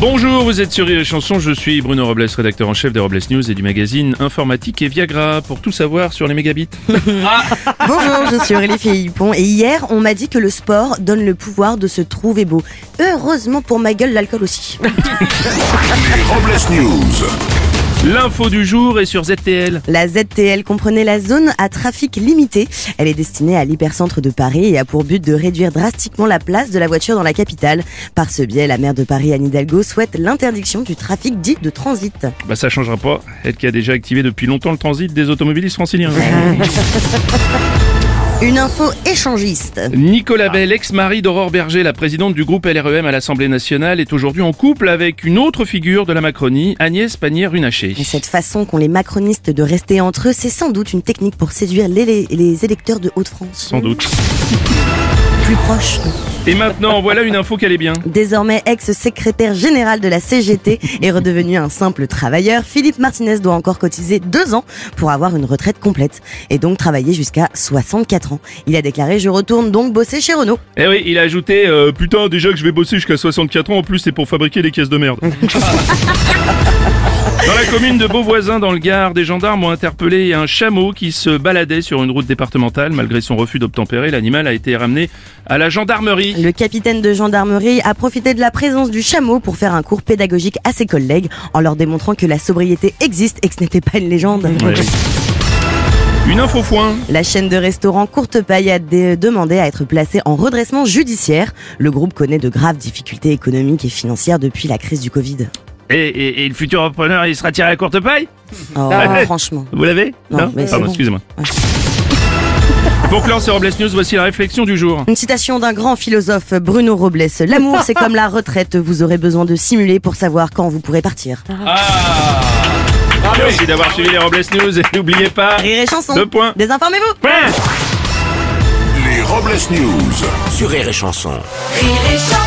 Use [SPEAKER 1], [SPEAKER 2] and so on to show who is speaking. [SPEAKER 1] Bonjour, vous êtes sur Rire et Chanson, je suis Bruno Robles, rédacteur en chef des Robles News et du magazine Informatique et Viagra, pour tout savoir sur les mégabits.
[SPEAKER 2] Bonjour, je suis Aurélie Philippon et hier, on m'a dit que le sport donne le pouvoir de se trouver beau. Heureusement pour ma gueule, l'alcool aussi.
[SPEAKER 3] Les Robles News.
[SPEAKER 1] L'info du jour est sur ZTL.
[SPEAKER 2] La ZTL comprenait la zone à trafic limité. Elle est destinée à l'hypercentre de Paris et a pour but de réduire drastiquement la place de la voiture dans la capitale. Par ce biais, la maire de Paris, Anne Hidalgo, souhaite l'interdiction du trafic dit de transit.
[SPEAKER 1] Bah ça changera pas, elle qui a déjà activé depuis longtemps le transit des automobilistes franciliens.
[SPEAKER 2] Une info échangiste.
[SPEAKER 1] Nicolas Bell, ex-mari d'Aurore Berger, la présidente du groupe LREM à l'Assemblée nationale, est aujourd'hui en couple avec une autre figure de la Macronie, Agnès Pannier-Runacher.
[SPEAKER 2] Et cette façon qu'ont les macronistes de rester entre eux, c'est sans doute une technique pour séduire les, les- les électeurs de Haute-France.
[SPEAKER 1] Sans doute.
[SPEAKER 2] Plus proches.
[SPEAKER 1] Et maintenant, voilà une info qu'elle est bien.
[SPEAKER 2] Désormais ex-secrétaire général de la CGT et redevenu un simple travailleur, Philippe Martinez doit encore cotiser deux ans pour avoir une retraite complète et donc travailler jusqu'à 64 ans. Il a déclaré Je retourne donc bosser chez Renault.
[SPEAKER 1] Eh oui, il a ajouté euh, Putain, déjà que je vais bosser jusqu'à 64 ans, en plus c'est pour fabriquer des caisses de merde. dans la commune de Beauvoisin, dans le Gard, des gendarmes ont interpellé un chameau qui se baladait sur une route départementale. Malgré son refus d'obtempérer, l'animal a été ramené à la gendarmerie.
[SPEAKER 2] Le capitaine de gendarmerie a profité de la présence du chameau pour faire un cours pédagogique à ses collègues en leur démontrant que la sobriété existe et que ce n'était pas une légende.
[SPEAKER 1] Ouais. Une info foin.
[SPEAKER 2] La chaîne de restaurants Courte Paille a dé- demandé à être placée en redressement judiciaire. Le groupe connaît de graves difficultés économiques et financières depuis la crise du Covid.
[SPEAKER 1] Et, et- et le futur repreneur, il sera tiré à courte paille
[SPEAKER 2] Oh,
[SPEAKER 1] Ah.
[SPEAKER 2] franchement.
[SPEAKER 1] Vous l'avez
[SPEAKER 2] Non, mais c'est
[SPEAKER 1] Pardon,
[SPEAKER 2] bon.
[SPEAKER 1] excusez-moi.
[SPEAKER 2] Ouais.
[SPEAKER 1] Pour clore ce Robles News, voici la réflexion du jour.
[SPEAKER 2] Une citation d'un grand philosophe, Bruno Robles. L'amour, c'est comme la retraite. Vous aurez besoin de simuler pour savoir quand vous pourrez partir.
[SPEAKER 1] Merci d'avoir suivi les Robles News et n'oubliez pas...
[SPEAKER 2] Rire et chanson.
[SPEAKER 1] Deux points.
[SPEAKER 2] Désinformez-vous.
[SPEAKER 1] Point.
[SPEAKER 3] Les Robles News.
[SPEAKER 4] Sur Rire et Chanson.
[SPEAKER 5] Rire et chanson